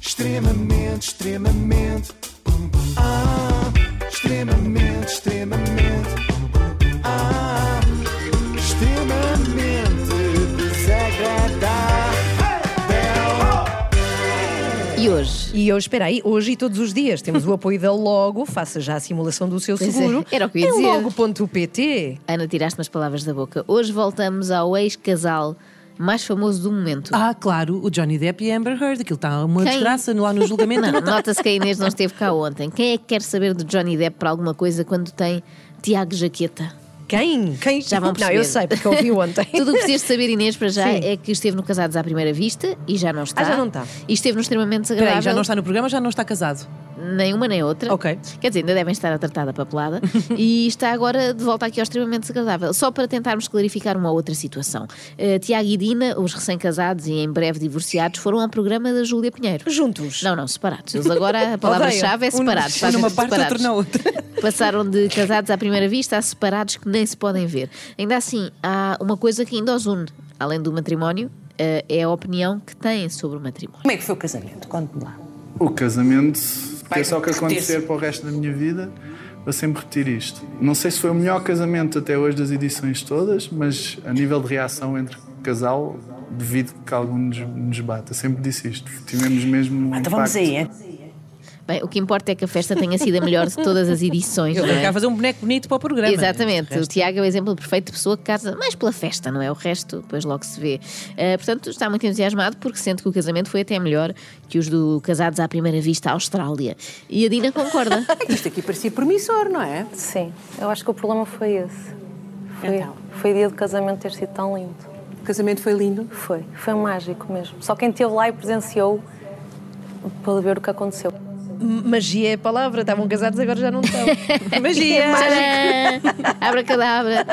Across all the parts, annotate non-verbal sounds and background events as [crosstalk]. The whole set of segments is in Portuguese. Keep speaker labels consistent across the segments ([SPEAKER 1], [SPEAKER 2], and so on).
[SPEAKER 1] Extremamente, extremamente. Ah, extremamente, extremamente. Ah, extremamente desagradável.
[SPEAKER 2] E hoje?
[SPEAKER 3] E hoje, espera aí, hoje e todos os dias temos
[SPEAKER 4] [laughs]
[SPEAKER 3] o apoio da Logo, faça já a simulação do seu
[SPEAKER 2] Pois é,
[SPEAKER 3] seguro.
[SPEAKER 2] era o que eu ia
[SPEAKER 3] em
[SPEAKER 2] dizer.
[SPEAKER 3] logo.pt.
[SPEAKER 2] Ana, tiraste-me as palavras da boca. Hoje voltamos ao ex-casal mais famoso do momento.
[SPEAKER 5] Ah, claro, o Johnny Depp e a Amber Heard. Aquilo está uma
[SPEAKER 2] Quem?
[SPEAKER 5] desgraça no- lá no julgamento.
[SPEAKER 4] [laughs]
[SPEAKER 2] Não, nota-se que a Inês não esteve cá ontem. Quem é que quer saber de Johnny Depp para alguma coisa quando tem Tiago Jaqueta?
[SPEAKER 3] Quem? Quem?
[SPEAKER 2] Já vão
[SPEAKER 3] Não,
[SPEAKER 2] perceber.
[SPEAKER 3] eu sei, porque eu
[SPEAKER 4] [laughs]
[SPEAKER 3] ouvi ontem.
[SPEAKER 2] Tudo o
[SPEAKER 3] [laughs]
[SPEAKER 2] que precisas de saber, Inês, para já
[SPEAKER 3] Sim.
[SPEAKER 2] é que esteve no Casados à Primeira Vista e já não está.
[SPEAKER 3] Ah, já não está.
[SPEAKER 2] E esteve no Extremamente
[SPEAKER 5] Espera
[SPEAKER 2] Desagradável.
[SPEAKER 5] aí, já não está no programa, já não está casado.
[SPEAKER 2] Nem uma nem outra.
[SPEAKER 5] Ok.
[SPEAKER 2] Quer dizer, ainda devem estar a tratar da
[SPEAKER 5] [laughs]
[SPEAKER 2] papelada. e está agora de volta aqui ao extremamente desagradável. Só para tentarmos clarificar uma outra situação. Eh, Tiago e Dina, os recém-casados e em breve divorciados, foram ao programa da Júlia Pinheiro.
[SPEAKER 3] Juntos.
[SPEAKER 2] Não, não, separados. Eles agora, a palavra-chave é
[SPEAKER 5] Odeiam. Um
[SPEAKER 2] separados.
[SPEAKER 5] num-
[SPEAKER 2] fazem
[SPEAKER 5] numa
[SPEAKER 2] tudo
[SPEAKER 5] parte,
[SPEAKER 2] separados.
[SPEAKER 5] outro na outra.
[SPEAKER 2] Passaram de casados à primeira vista a separados que nem se podem ver. Ainda assim, há uma coisa que ainda os une, além do matrimónio, eh, é a opinião que têm sobre o matrimónio.
[SPEAKER 4] [laughs] Como é que foi o casamento? Conte-me lá.
[SPEAKER 6] O casamento,
[SPEAKER 4] Vai
[SPEAKER 6] é só o que acontecer
[SPEAKER 4] repetir-se.
[SPEAKER 6] para o resto da minha vida, vou sempre repetir isto. Não sei se foi o melhor casamento até hoje das edições todas, mas a nível de reação entre casal, devido que algum nos, nos bata. Sempre disse isto. Tivemos mesmo um
[SPEAKER 4] Então vamos
[SPEAKER 6] impacto.
[SPEAKER 4] aí, é?
[SPEAKER 2] Bem, o que importa é que a festa tenha sido a melhor de todas as edições.
[SPEAKER 5] Eu
[SPEAKER 2] não
[SPEAKER 5] quero
[SPEAKER 2] é?
[SPEAKER 5] cá fazer um boneco bonito para o programa.
[SPEAKER 2] Exatamente, o Tiago é o exemplo perfeito de pessoa que casa mais pela festa, não é? O resto depois logo se vê. Eh, portanto, está muito entusiasmado porque sente que o casamento foi até melhor que os do Casados à Primeira Vista à Austrália. E a Dina concorda.
[SPEAKER 4] Ah, é Isto aqui parecia promissor, não é?
[SPEAKER 7] Sim, eu acho que o problema foi esse. Foi,
[SPEAKER 4] Então?
[SPEAKER 7] foi o dia do casamento ter sido tão lindo.
[SPEAKER 4] O casamento foi lindo.
[SPEAKER 7] Foi, foi mágico mesmo. Só quem esteve lá e presenciou pode ver o que aconteceu.
[SPEAKER 3] Magia é a palavra, estavam casados, agora já não
[SPEAKER 4] [laughs]
[SPEAKER 3] estão. Magia!
[SPEAKER 2] Tcharam! Abracadabra!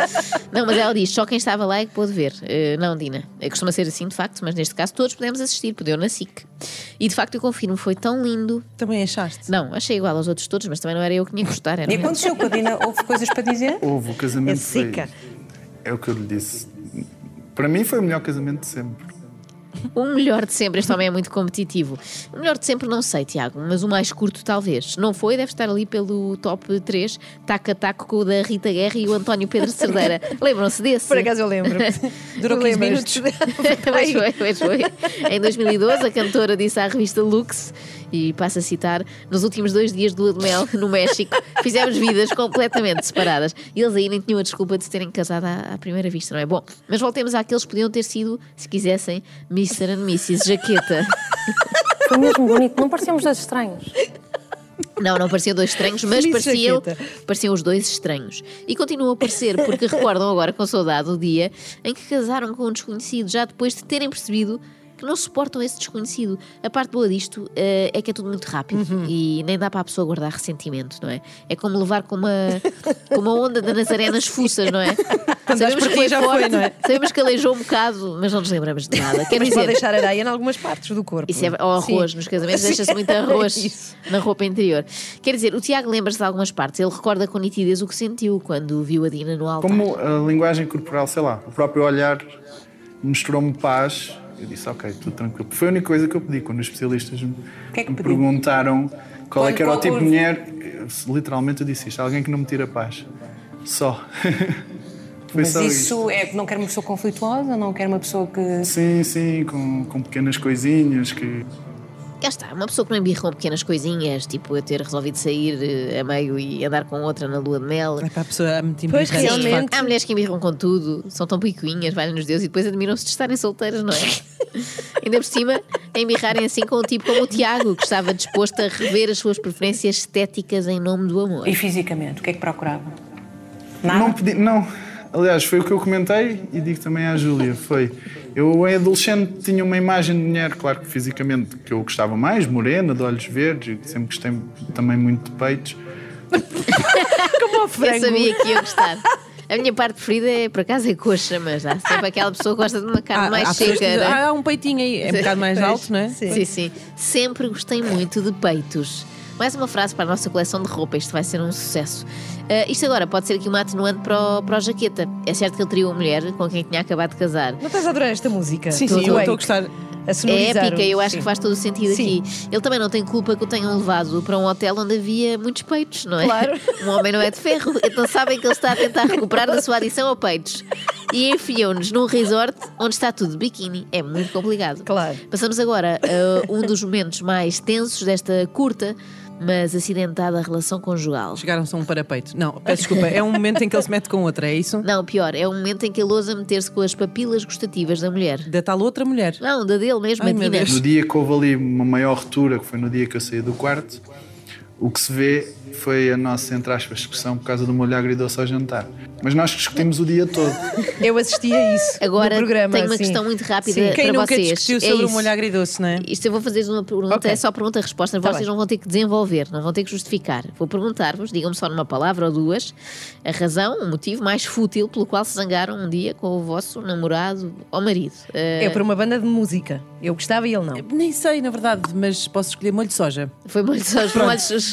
[SPEAKER 2] Não, mas ela diz: só quem estava lá é que pôde ver. Eh, não, Dina. Eh, Costuma ser assim, de facto, mas neste caso todos podemos assistir, podeu na SIC. E de facto, eu confirmo, foi tão lindo.
[SPEAKER 5] Também achaste?
[SPEAKER 2] Não, achei igual aos outros todos, mas também não era eu que tinha que gostar. Era
[SPEAKER 4] E aconteceu com a Dina? Houve coisas para dizer?
[SPEAKER 6] Houve, o casamento
[SPEAKER 3] É seca.
[SPEAKER 6] foi... É o que eu lhe disse. Para mim foi o melhor casamento de sempre.
[SPEAKER 2] O melhor de sempre, este homem é muito competitivo. O melhor de sempre, não sei, Tiago, mas o mais curto talvez. Se Não foi, deve estar ali pelo top 3, taco a taco com o da Rita Guerra e o António Pedro de
[SPEAKER 3] [laughs]
[SPEAKER 2] Cerdeira. Lembram-se desse?
[SPEAKER 3] Por
[SPEAKER 2] [laughs]
[SPEAKER 3] acaso eu lembro.
[SPEAKER 4] [laughs]
[SPEAKER 5] Durou 15
[SPEAKER 3] Lembras-te?
[SPEAKER 2] Pois foi, pois foi. Em 2012, a cantora disse à revista Lux, e passo a citar: Nos últimos dois dias de lua de mel no México, fizemos vidas completamente separadas. E eles aí nem tinham a desculpa de se terem casado à, à primeira vista, não é? Bom, mas voltemos àqueles que podiam ter sido, se quisessem, Mr. and Mrs. Jaqueta.
[SPEAKER 7] Foi mesmo bonito, não parecíamos dois estranhos.
[SPEAKER 2] Não, não pareciam dois estranhos, mas
[SPEAKER 3] Miss
[SPEAKER 2] pareciam,
[SPEAKER 3] Jaqueta.
[SPEAKER 2] pareciam os dois estranhos. E continuam a parecer, porque recordam agora com saudade o dia em que casaram com um desconhecido, já depois de terem percebido que não suportam esse desconhecido. A parte boa disto eh, é que é tudo muito rápido
[SPEAKER 3] Uhum.
[SPEAKER 2] e nem dá para a pessoa guardar ressentimento, não é? É como levar com uma, com uma onda da Nazaré nas fuças, não é?
[SPEAKER 3] [laughs] Quando dás por ti, já foi, não é?
[SPEAKER 2] [laughs] sabemos que aleijou um bocado, mas não nos lembramos de nada. Quer
[SPEAKER 3] Mas pode
[SPEAKER 2] dizer,
[SPEAKER 3] deixar areia em algumas partes do corpo.
[SPEAKER 2] isso é ou arroz
[SPEAKER 3] Sim.
[SPEAKER 2] nos casamentos,
[SPEAKER 3] Sim.
[SPEAKER 2] deixa-se muito arroz
[SPEAKER 3] [laughs] É isso.
[SPEAKER 2] na roupa interior. Quer dizer, o Tiago lembra-se de algumas partes, ele recorda com nitidez o que sentiu quando viu a Dina no altar.
[SPEAKER 6] Como a linguagem corporal, sei lá, o próprio olhar mostrou-me paz. Eu disse, ok, tudo tranquilo. Foi a única coisa que eu pedi quando os especialistas me,
[SPEAKER 4] que é que
[SPEAKER 6] me
[SPEAKER 4] pediu?
[SPEAKER 6] perguntaram qual é que era
[SPEAKER 4] Qual-
[SPEAKER 6] o tipo
[SPEAKER 4] qual-
[SPEAKER 6] de mulher. eu, literalmente eu disse isto: alguém que não me tira paz. Só. [laughs] Foi
[SPEAKER 4] Mas
[SPEAKER 6] só
[SPEAKER 4] isso é que não quer uma pessoa conflituosa, não quer uma pessoa que.
[SPEAKER 6] Sim, sim, com, com pequenas coisinhas que.
[SPEAKER 2] Cá está, uma pessoa que não embirra com pequenas coisinhas, tipo eu ter resolvido sair eh, a meio e andar com outra na lua de mel.
[SPEAKER 5] É para a pessoa a muito
[SPEAKER 3] Pois,
[SPEAKER 5] implicante, de
[SPEAKER 3] realmente.
[SPEAKER 5] facto.
[SPEAKER 2] Há mulheres que embirram com tudo, são tão picuinhas, valem-nos Deus, e depois admiram-se de estarem solteiras, não é?
[SPEAKER 5] [laughs]
[SPEAKER 2] Ainda por cima, a embirrarem assim com um tipo como o Tiago, que estava disposto a rever as suas preferências estéticas em nome do amor.
[SPEAKER 4] E fisicamente, o que é que procurava? Nada?
[SPEAKER 6] Não pedi, não. Aliás, foi o que eu comentei e digo também à Júlia. Foi. Eu, em adolescente, tinha uma imagem de mulher, claro que fisicamente, que eu gostava mais, morena, de olhos verdes, e sempre gostei também muito de peitos.
[SPEAKER 2] Eu sabia que ia gostar. A minha parte preferida é, por acaso, é coxa, mas há sempre aquela pessoa que gosta de uma carne
[SPEAKER 5] Há-
[SPEAKER 2] mais
[SPEAKER 5] há pessoas
[SPEAKER 2] seca.
[SPEAKER 5] que dizem,
[SPEAKER 2] não é?
[SPEAKER 5] "Ah, há um peitinho aí, é um bocado mais alto, não é?
[SPEAKER 3] Sim.
[SPEAKER 2] Sim, sim. Sempre gostei muito de peitos. Mais uma frase para a nossa coleção de roupa, isto vai ser um sucesso. Ah, isto agora pode ser aqui uma atenuante para o, para o jaqueta. É certo que ele teria uma mulher com quem tinha acabado de casar.
[SPEAKER 3] Não estás a adorar esta música?
[SPEAKER 5] Sim, sim, eu
[SPEAKER 3] Wake.
[SPEAKER 5] estou a gostar.
[SPEAKER 3] a
[SPEAKER 2] É
[SPEAKER 3] sonorizar.
[SPEAKER 2] épica,
[SPEAKER 3] o-
[SPEAKER 2] eu acho
[SPEAKER 3] sim.
[SPEAKER 2] que faz todo o sentido
[SPEAKER 3] Sim.
[SPEAKER 2] aqui. Ele também não tem culpa que o tenham levado para um hotel onde havia muitos peitos, não é?
[SPEAKER 7] Claro.
[SPEAKER 2] [laughs] Um homem não é de ferro, então sabem que ele está a tentar recuperar da sua adição a peitos. E enfiam-nos num resort onde está tudo de biquíni. É muito complicado.
[SPEAKER 3] Claro.
[SPEAKER 2] Passamos agora a um dos momentos mais tensos desta curta, mas acidentada relação conjugal.
[SPEAKER 5] Chegaram-se a um parapeito. Não, peço desculpa. É um momento em que ele se mete com outra, é isso?
[SPEAKER 2] Não, pior, é o momento em que ele ousa meter-se com as papilas gustativas da mulher.
[SPEAKER 5] Da tal outra mulher.
[SPEAKER 2] Não, da dele mesmo,
[SPEAKER 5] Ai,
[SPEAKER 2] a
[SPEAKER 5] meu
[SPEAKER 2] Dina.
[SPEAKER 5] Deus.
[SPEAKER 6] No dia que houve ali uma maior ruptura, que foi no dia que eu saí do quarto, o que se vê foi a nossa, entre aspas, discussão por causa de uma olhar agridoce ao jantar. Mas nós discutimos o dia todo.
[SPEAKER 3] Eu assisti a isso
[SPEAKER 2] Agora
[SPEAKER 3] no programa.
[SPEAKER 2] tenho uma
[SPEAKER 3] sim.
[SPEAKER 2] questão muito rápida
[SPEAKER 3] Sim.
[SPEAKER 2] para
[SPEAKER 5] Quem nunca
[SPEAKER 2] vocês.
[SPEAKER 5] discutiu
[SPEAKER 2] É
[SPEAKER 5] sobre
[SPEAKER 2] isso.
[SPEAKER 5] um olhar agridoce, não é?
[SPEAKER 2] Isto eu vou fazer uma pergunta,
[SPEAKER 3] Ok. Tá
[SPEAKER 2] é só pergunta-resposta. Vocês
[SPEAKER 3] bem.
[SPEAKER 2] não vão ter que desenvolver, não vão ter que justificar. Vou perguntar-vos, digam-me só numa palavra ou duas, a razão, o motivo mais fútil pelo qual se zangaram um dia com o vosso namorado ou marido. Eh,
[SPEAKER 3] É para uma banda de música. Eu gostava e ele não.
[SPEAKER 5] Nem sei, na verdade, mas posso escolher molho de soja.
[SPEAKER 2] Foi muito só os molhos. Os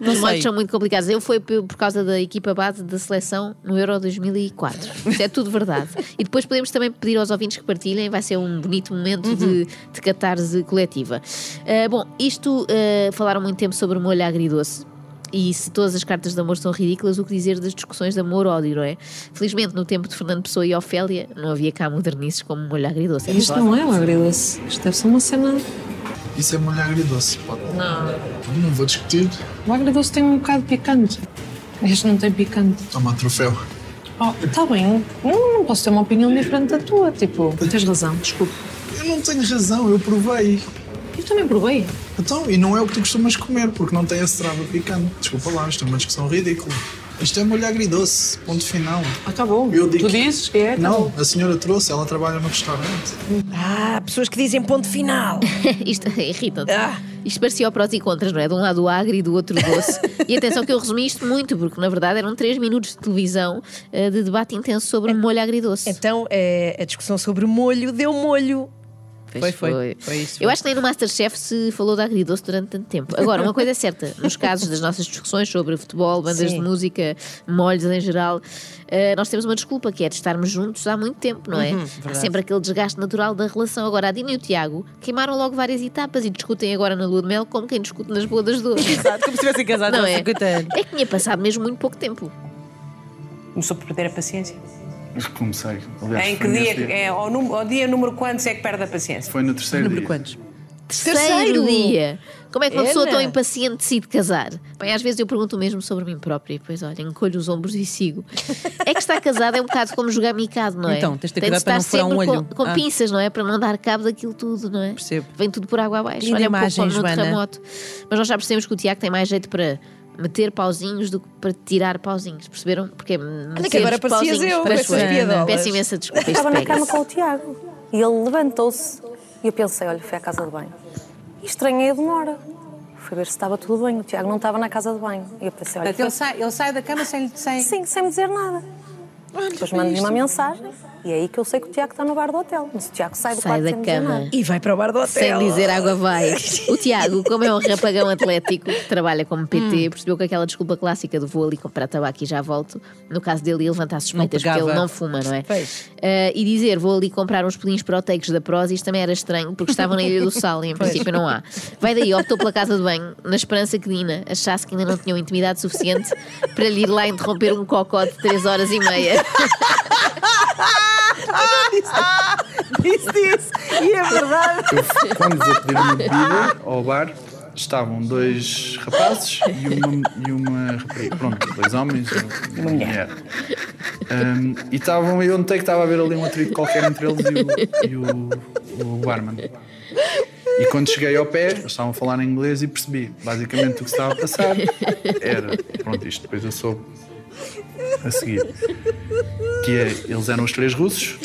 [SPEAKER 2] os molhos
[SPEAKER 5] sei.
[SPEAKER 2] são muito complicados. Eu fui por por causa da equipa base da seleção no Euro 2004. Isto é tudo verdade. E depois podemos também pedir aos ouvintes que partilhem, vai ser um bonito momento de, de catarse coletiva. Ah, bom, isto ah, falaram muito tempo sobre molho agridoce. E se todas as cartas de amor são ridículas, o que dizer das discussões de amor-ódio, não é? Felizmente, no tempo de Fernando Pessoa e Ofélia, não havia cá modernices como molho agridoce. É
[SPEAKER 8] Isto
[SPEAKER 2] verdade.
[SPEAKER 8] não é um agridoce, isto deve ser uma cena.
[SPEAKER 9] Isso é molho agridoce, pode. Não. Não vou discutir.
[SPEAKER 8] O agridoce tem um bocado de picante. Este não tem picante.
[SPEAKER 9] Toma troféu.
[SPEAKER 8] Oh, está bem, não, não posso ter uma opinião diferente da tua, tipo. Tens razão, desculpa.
[SPEAKER 9] Eu não tenho razão, eu provei.
[SPEAKER 8] Eu também provei.
[SPEAKER 9] Então, e não é o que tu costumas comer, porque não tem a trava picante. Desculpa lá, isto é uma discussão ridícula. Isto é molho agridoce, ponto final.
[SPEAKER 4] Ah, tá
[SPEAKER 8] Acabou.
[SPEAKER 9] Eu digo
[SPEAKER 8] tu
[SPEAKER 9] que-
[SPEAKER 8] dizes que é. tá bom.
[SPEAKER 9] Não, a senhora trouxe, ela trabalha no restaurante.
[SPEAKER 3] Ah, pessoas que dizem ponto final.
[SPEAKER 2] [laughs] Isto irrita-te.
[SPEAKER 3] Ah.
[SPEAKER 2] Isto parecia o prós e contras, não é? De um lado o agro e do outro o doce. e atenção que eu resumi isto muito, porque na verdade eram três minutos de televisão eh, de debate intenso sobre molho agridoce.
[SPEAKER 3] Então, eh, a discussão sobre molho deu molho.
[SPEAKER 2] Pois
[SPEAKER 5] Foi, foi. Foi isso,
[SPEAKER 2] Eu
[SPEAKER 5] foi.
[SPEAKER 2] acho que nem no Masterchef se falou da agridoce durante tanto tempo. Agora, uma coisa é certa: nos casos das nossas discussões sobre futebol, bandas
[SPEAKER 3] Sim.
[SPEAKER 2] de música, molhos em geral, eh, nós temos uma desculpa que é de estarmos juntos há muito tempo, não é?
[SPEAKER 5] Uhum,
[SPEAKER 2] há sempre aquele desgaste natural da relação. Agora, a Dina e o Tiago queimaram logo várias etapas e discutem agora na lua de mel como quem discute nas bodas do outro.
[SPEAKER 5] Como se tivessem casado
[SPEAKER 2] Não
[SPEAKER 5] [laughs] há
[SPEAKER 2] é?
[SPEAKER 5] 50 anos.
[SPEAKER 2] É que tinha passado mesmo muito pouco tempo.
[SPEAKER 4] Começou a perder a paciência.
[SPEAKER 6] Mas comecei. Aliás,
[SPEAKER 4] Em que
[SPEAKER 6] foi nesse
[SPEAKER 4] dia, é, ao, num- ao dia número quantos é que perde a paciência?
[SPEAKER 6] Foi no terceiro
[SPEAKER 5] Número
[SPEAKER 6] dia.
[SPEAKER 5] quantos?
[SPEAKER 2] Terceiro,
[SPEAKER 3] Terceiro!
[SPEAKER 2] dia. Como é que uma pessoa
[SPEAKER 3] Ela.
[SPEAKER 2] tão impaciente decide casar? Bem, às vezes eu pergunto o mesmo sobre mim própria, e depois olha, encolho os ombros e sigo. É que estar casada é um bocado como jogar micado, não é?
[SPEAKER 5] Então, tens de ter
[SPEAKER 2] Tem de
[SPEAKER 5] cuidado para
[SPEAKER 2] estar
[SPEAKER 5] não furar um
[SPEAKER 2] sempre
[SPEAKER 5] olho.
[SPEAKER 2] Com, com
[SPEAKER 5] Ah.
[SPEAKER 2] pinças, não é? Para não dar cabo daquilo tudo, não é?
[SPEAKER 5] Percebo.
[SPEAKER 2] Vem tudo por água abaixo.
[SPEAKER 5] Linda
[SPEAKER 2] olha
[SPEAKER 5] imagem,
[SPEAKER 2] um pouco como no
[SPEAKER 5] Joana.
[SPEAKER 2] terremoto. Mas nós já percebemos que o Tiago tem mais jeito para meter pauzinhos do que para tirar pauzinhos, perceberam? Porque Olha
[SPEAKER 3] que agora parecias eu, com
[SPEAKER 5] essas
[SPEAKER 3] piadolas.
[SPEAKER 2] Peço imensa desculpa. isto
[SPEAKER 7] Estava na
[SPEAKER 2] pega-se.
[SPEAKER 7] cama com o Tiago e ele levantou-se e eu pensei, olha, foi à casa de banho. E estranhei a demora. Fui ver se estava tudo bem, o Tiago não estava na casa de banho. E eu pensei, olha,
[SPEAKER 4] Portanto, ele sai, ele sai da cama sem... sem...
[SPEAKER 7] Sim, sem me dizer nada. Depois mando-lhe uma mensagem e é aí que eu sei que o Tiago está no bar do hotel. Mas o Tiago sai do
[SPEAKER 2] Sai
[SPEAKER 7] quarto
[SPEAKER 2] da
[SPEAKER 7] sem me dizer
[SPEAKER 2] cama.
[SPEAKER 7] nada.
[SPEAKER 3] E vai para o bar do
[SPEAKER 2] Sem
[SPEAKER 3] hotel.
[SPEAKER 2] dizer
[SPEAKER 5] [laughs]
[SPEAKER 2] água vai. O Tiago, como é um rapagão atlético que trabalha como
[SPEAKER 5] Hum.
[SPEAKER 2] PT, percebeu que aquela desculpa clássica do vou ali comprar tabaco e já volto, no caso dele, ia levantar suspeitas
[SPEAKER 5] Não
[SPEAKER 2] porque
[SPEAKER 5] pegava.
[SPEAKER 2] ele não fuma, não é?
[SPEAKER 3] Pois.
[SPEAKER 2] Eh, e dizer vou ali comprar uns pulinhos proteicos da Prozis também era estranho porque estavam na Ilha do Sal e em princípio não há. Vai daí, optou pela casa de banho, na esperança que Dina achasse que ainda não tinham intimidade suficiente para lhe ir lá interromper um cocó de 3 horas e meia.
[SPEAKER 5] Isso, isso. E é verdade.
[SPEAKER 6] Eu, quando vou pedir uma bebida ao bar, estavam dois rapazes e uma, e uma rapariga. Pronto, dois homens e uma mulher. Ahm, e estavam, eu notei que estava a haver ali um atrito qualquer entre eles e o, e o, o barman. E quando cheguei ao pé, eles estavam a falar em inglês e percebi basicamente o que estava a passar. Era, pronto, isto depois eu soube a seguir. Que é, eles eram os três russos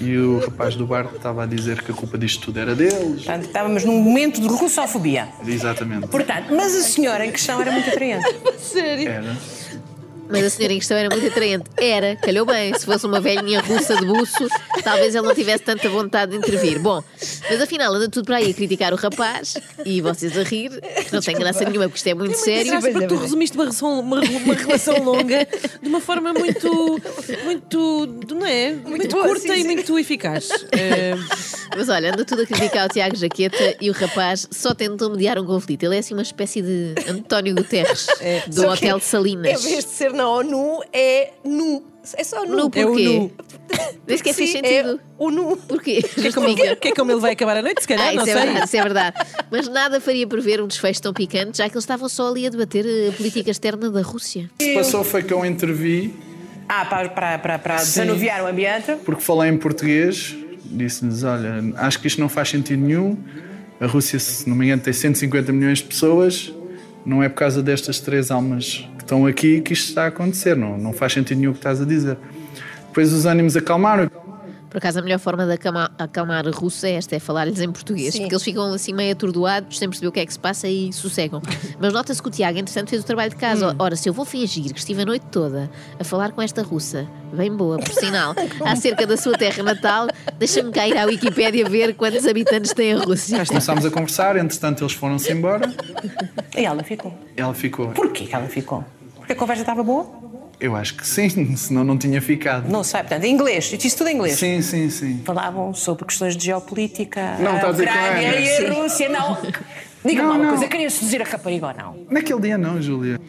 [SPEAKER 6] e o rapaz do bar estava a dizer que a culpa disto tudo era deles.
[SPEAKER 4] Portanto, estávamos num momento de russofobia.
[SPEAKER 6] Exatamente.
[SPEAKER 4] Portanto, mas a senhora em questão era muito atraente.
[SPEAKER 6] Era.
[SPEAKER 2] Mas a senhora em questão era muito atraente. Era, calhou bem. Se fosse uma velhinha russa de buço, talvez ele não tivesse tanta vontade de intervir. Bom, mas afinal anda tudo para aí a criticar o rapaz e vocês a rir. Não tem graça nenhuma, porque isto é muito sério.
[SPEAKER 5] Graças, porque tu resumiste uma relação, uma, uma relação longa de uma forma muito, muito, não é? Muito,
[SPEAKER 3] boa,
[SPEAKER 5] curta
[SPEAKER 3] sim,
[SPEAKER 5] e
[SPEAKER 2] [laughs]
[SPEAKER 3] sim.
[SPEAKER 5] muito eficaz. Eh,
[SPEAKER 2] Mas olha, anda tudo a criticar o Tiago Jaqueta e o rapaz só tentou mediar um conflito. Ele é assim uma espécie de António Guterres do
[SPEAKER 10] Só que
[SPEAKER 3] é
[SPEAKER 2] Hotel de Salinas.
[SPEAKER 10] Em vez de ser na ONU, é nu. É só nu.
[SPEAKER 2] Nu
[SPEAKER 10] É o
[SPEAKER 2] porquê?
[SPEAKER 10] nu.
[SPEAKER 2] Diz que é fez
[SPEAKER 10] Sim,
[SPEAKER 2] sentido.
[SPEAKER 10] É o nu.
[SPEAKER 2] Porquê?
[SPEAKER 5] que é como ele- O que é como ele vai acabar a noite? Se calhar,
[SPEAKER 2] Ah,
[SPEAKER 5] não
[SPEAKER 2] isso é
[SPEAKER 5] sei.
[SPEAKER 2] verdade, isso é verdade. Mas nada faria prever um desfecho tão picante, já que eles estavam só ali a debater eh, a política externa da Rússia.
[SPEAKER 6] O que se passou foi que eu intervi
[SPEAKER 4] Ah, para, para, para, para desanuviar o ambiente.
[SPEAKER 6] porque falei em português, disse-lhes: Olha, acho que isto não faz sentido nenhum. A Rússia, se não me engano, tem 150 milhões de pessoas. Não é por causa destas três almas que estão aqui que isto está a acontecer. Não, não faz sentido nenhum o que estás a dizer. Depois os ânimos acalmaram.
[SPEAKER 2] Por acaso, a melhor forma de acalma- acalmar a russa é esta, é falar-lhes em português, porque eles ficam assim meio atordoados, sem perceber o que é que se passa e sossegam. Mas nota-se que o Tiago, entretanto, fez o trabalho de casa. Ora, se eu vou fingir que estive a noite toda a falar com esta russa, bem boa, por sinal, acerca da sua terra natal, deixa-me cá ir à Wikipédia ver quantos habitantes tem a Rússia.
[SPEAKER 6] Começámos a conversar, entretanto eles foram-se embora.
[SPEAKER 4] E ela ficou.
[SPEAKER 6] Ela ficou.
[SPEAKER 4] Porquê que ela ficou? Porque a conversa estava boa?
[SPEAKER 6] Eu acho que sim, [laughs] senão não tinha ficado.
[SPEAKER 4] Não sei, portanto, em inglês. Eu disse tudo em inglês.
[SPEAKER 6] Sim, sim, sim.
[SPEAKER 4] Falavam sobre questões de geopolítica.
[SPEAKER 6] Não, está a dizer que não é,
[SPEAKER 4] Ucrânia
[SPEAKER 6] né?
[SPEAKER 4] Ah, e a Rússia, não. Diga-me
[SPEAKER 6] Não,
[SPEAKER 4] lá uma
[SPEAKER 6] não.
[SPEAKER 4] coisa, queria seduzir a rapariga ou não?
[SPEAKER 6] Naquele dia não, Júlia.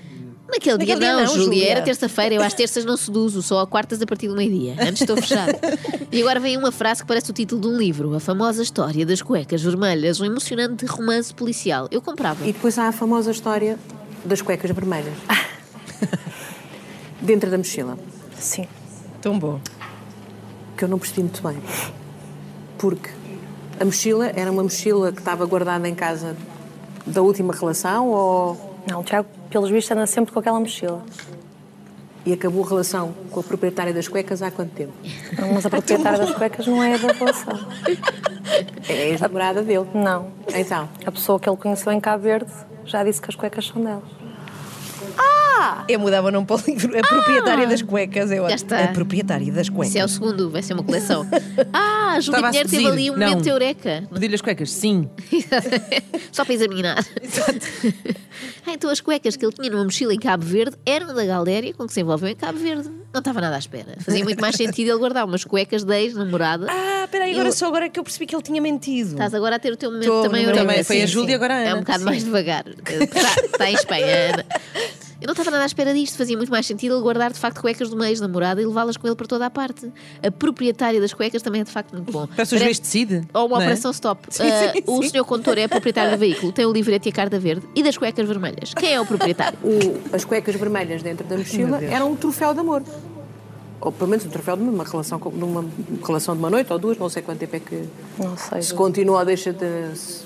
[SPEAKER 2] Naquele, é dia,
[SPEAKER 10] dia
[SPEAKER 2] não,
[SPEAKER 10] não,
[SPEAKER 2] Júlia.
[SPEAKER 10] Júlia.
[SPEAKER 2] Era terça-feira, eu às terças não seduzo, só a quartas a partir do meio-dia. Antes estou fechada. e agora vem uma frase que parece o título de um livro: A famosa história das cuecas vermelhas, um emocionante romance policial. Eu comprava.
[SPEAKER 11] E depois há a famosa história das cuecas vermelhas. Dentro da mochila.
[SPEAKER 7] Sim.
[SPEAKER 3] Tão bom.
[SPEAKER 11] Que eu não percebi muito bem. Porque a mochila era uma mochila que estava guardada em casa da última relação ou...
[SPEAKER 7] Não, o Tiago, pelos vistos, anda sempre com aquela mochila.
[SPEAKER 11] E acabou a relação com a proprietária das cuecas há quanto tempo?
[SPEAKER 7] Mas a proprietária das cuecas não é da relação.
[SPEAKER 11] É a ex-namorada dele.
[SPEAKER 7] Não.
[SPEAKER 11] Então,
[SPEAKER 7] A pessoa que ele conheceu em Cabo Verde já disse que as cuecas são dela.
[SPEAKER 3] Eu mudava o nome para o livro. A proprietária das cuecas. Eu,
[SPEAKER 2] Ah! Já está.
[SPEAKER 3] A proprietária das cuecas.
[SPEAKER 2] Esse é o segundo, vai ser uma coleção. Ah, a Júlia
[SPEAKER 5] Estava a
[SPEAKER 2] Pinheiro teve
[SPEAKER 5] seduzir.
[SPEAKER 2] ali um
[SPEAKER 5] Não.
[SPEAKER 2] momento eureka.
[SPEAKER 5] Pedir-lhe as cuecas? Sim.
[SPEAKER 2] Só para examinar. [laughs] ah, então as cuecas que ele tinha numa mochila em Cabo Verde eram da galéria com que se envolveu em Cabo Verde. Não estava nada à espera. Fazia muito mais sentido ele guardar umas cuecas da ex-namorada.
[SPEAKER 3] Ah, peraí, agora só agora é que eu percebi que ele tinha mentido.
[SPEAKER 2] Estás agora a ter o teu momento
[SPEAKER 3] Estou,
[SPEAKER 2] também,
[SPEAKER 3] no meu
[SPEAKER 2] Aurélio.
[SPEAKER 5] momento, Também um. foi a sim, Júlia,
[SPEAKER 2] sim.
[SPEAKER 5] agora a
[SPEAKER 2] É um
[SPEAKER 5] Ana.
[SPEAKER 2] bocado mais
[SPEAKER 5] [laughs]
[SPEAKER 2] devagar. Está, está em Espanha, Ana. Eu não estava nada à espera disto, fazia muito mais sentido ele guardar de facto cuecas do meio ex-namorada e levá-las com ele para toda a parte. A proprietária das cuecas também é de facto
[SPEAKER 5] [laughs]
[SPEAKER 2] muito bom.
[SPEAKER 5] Parece os juiz decide.
[SPEAKER 2] Ou uma
[SPEAKER 5] não é?
[SPEAKER 2] operação
[SPEAKER 5] [laughs]
[SPEAKER 2] stop. Ah, o senhor condutor é proprietário do veículo, tem o livrete e a carta verde e das cuecas vermelhas. Quem é o proprietário?
[SPEAKER 5] [laughs]
[SPEAKER 11] o- as cuecas vermelhas dentro da mochila eram um troféu de amor. Ou pelo menos um troféu de uma relação, com- de uma relação de uma noite ou duas, não sei quanto tempo é que
[SPEAKER 7] Não sei.
[SPEAKER 11] se continua ou deixa de. se-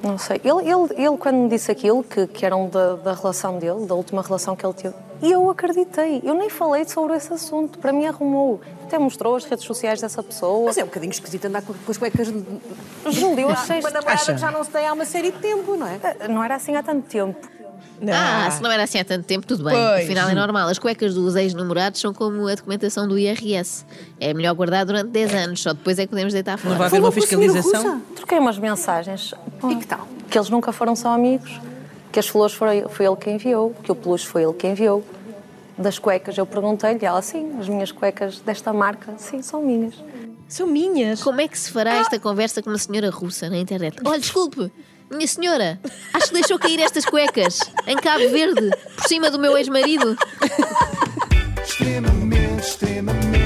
[SPEAKER 7] Não sei. Ele, ele, ele quando me disse aquilo, que, que eram da, da relação dele, da última relação que ele teve, e eu acreditei. Eu nem falei sobre esse assunto. Para mim arrumou. Até mostrou as redes sociais dessa pessoa.
[SPEAKER 11] Mas é um bocadinho esquisito andar com, com as cuecas. de-
[SPEAKER 7] Júlio, eu
[SPEAKER 11] Ah,
[SPEAKER 7] achei.
[SPEAKER 11] Uma namorada que já não se tem há uma série de tempo, não é?
[SPEAKER 7] Não era assim há tanto tempo.
[SPEAKER 3] Não.
[SPEAKER 2] Ah, se não era assim há tanto tempo, tudo bem.
[SPEAKER 3] Pois.
[SPEAKER 2] Afinal, é normal. As cuecas dos ex-namorados são como a documentação do IRS. É melhor guardar durante 10 anos, só depois é que podemos deitar fora.
[SPEAKER 5] Não vai haver uma
[SPEAKER 11] Falou com a senhora
[SPEAKER 5] fiscalização?
[SPEAKER 11] russa.
[SPEAKER 7] Troquei umas mensagens.
[SPEAKER 11] E que tal?
[SPEAKER 7] Que eles nunca foram só amigos. Que as flores foi, foi ele que enviou. Que o peluche foi ele que enviou. Das cuecas, eu perguntei-lhe, ela, sim, as minhas cuecas desta marca, sim, são minhas.
[SPEAKER 3] São minhas.
[SPEAKER 2] Como é que se fará esta conversa com uma senhora russa na internet? Olha, desculpe, minha senhora, acho que deixou cair estas cuecas em Cabo Verde, por cima do meu ex-marido.
[SPEAKER 1] extremamente, Ah, extremamente.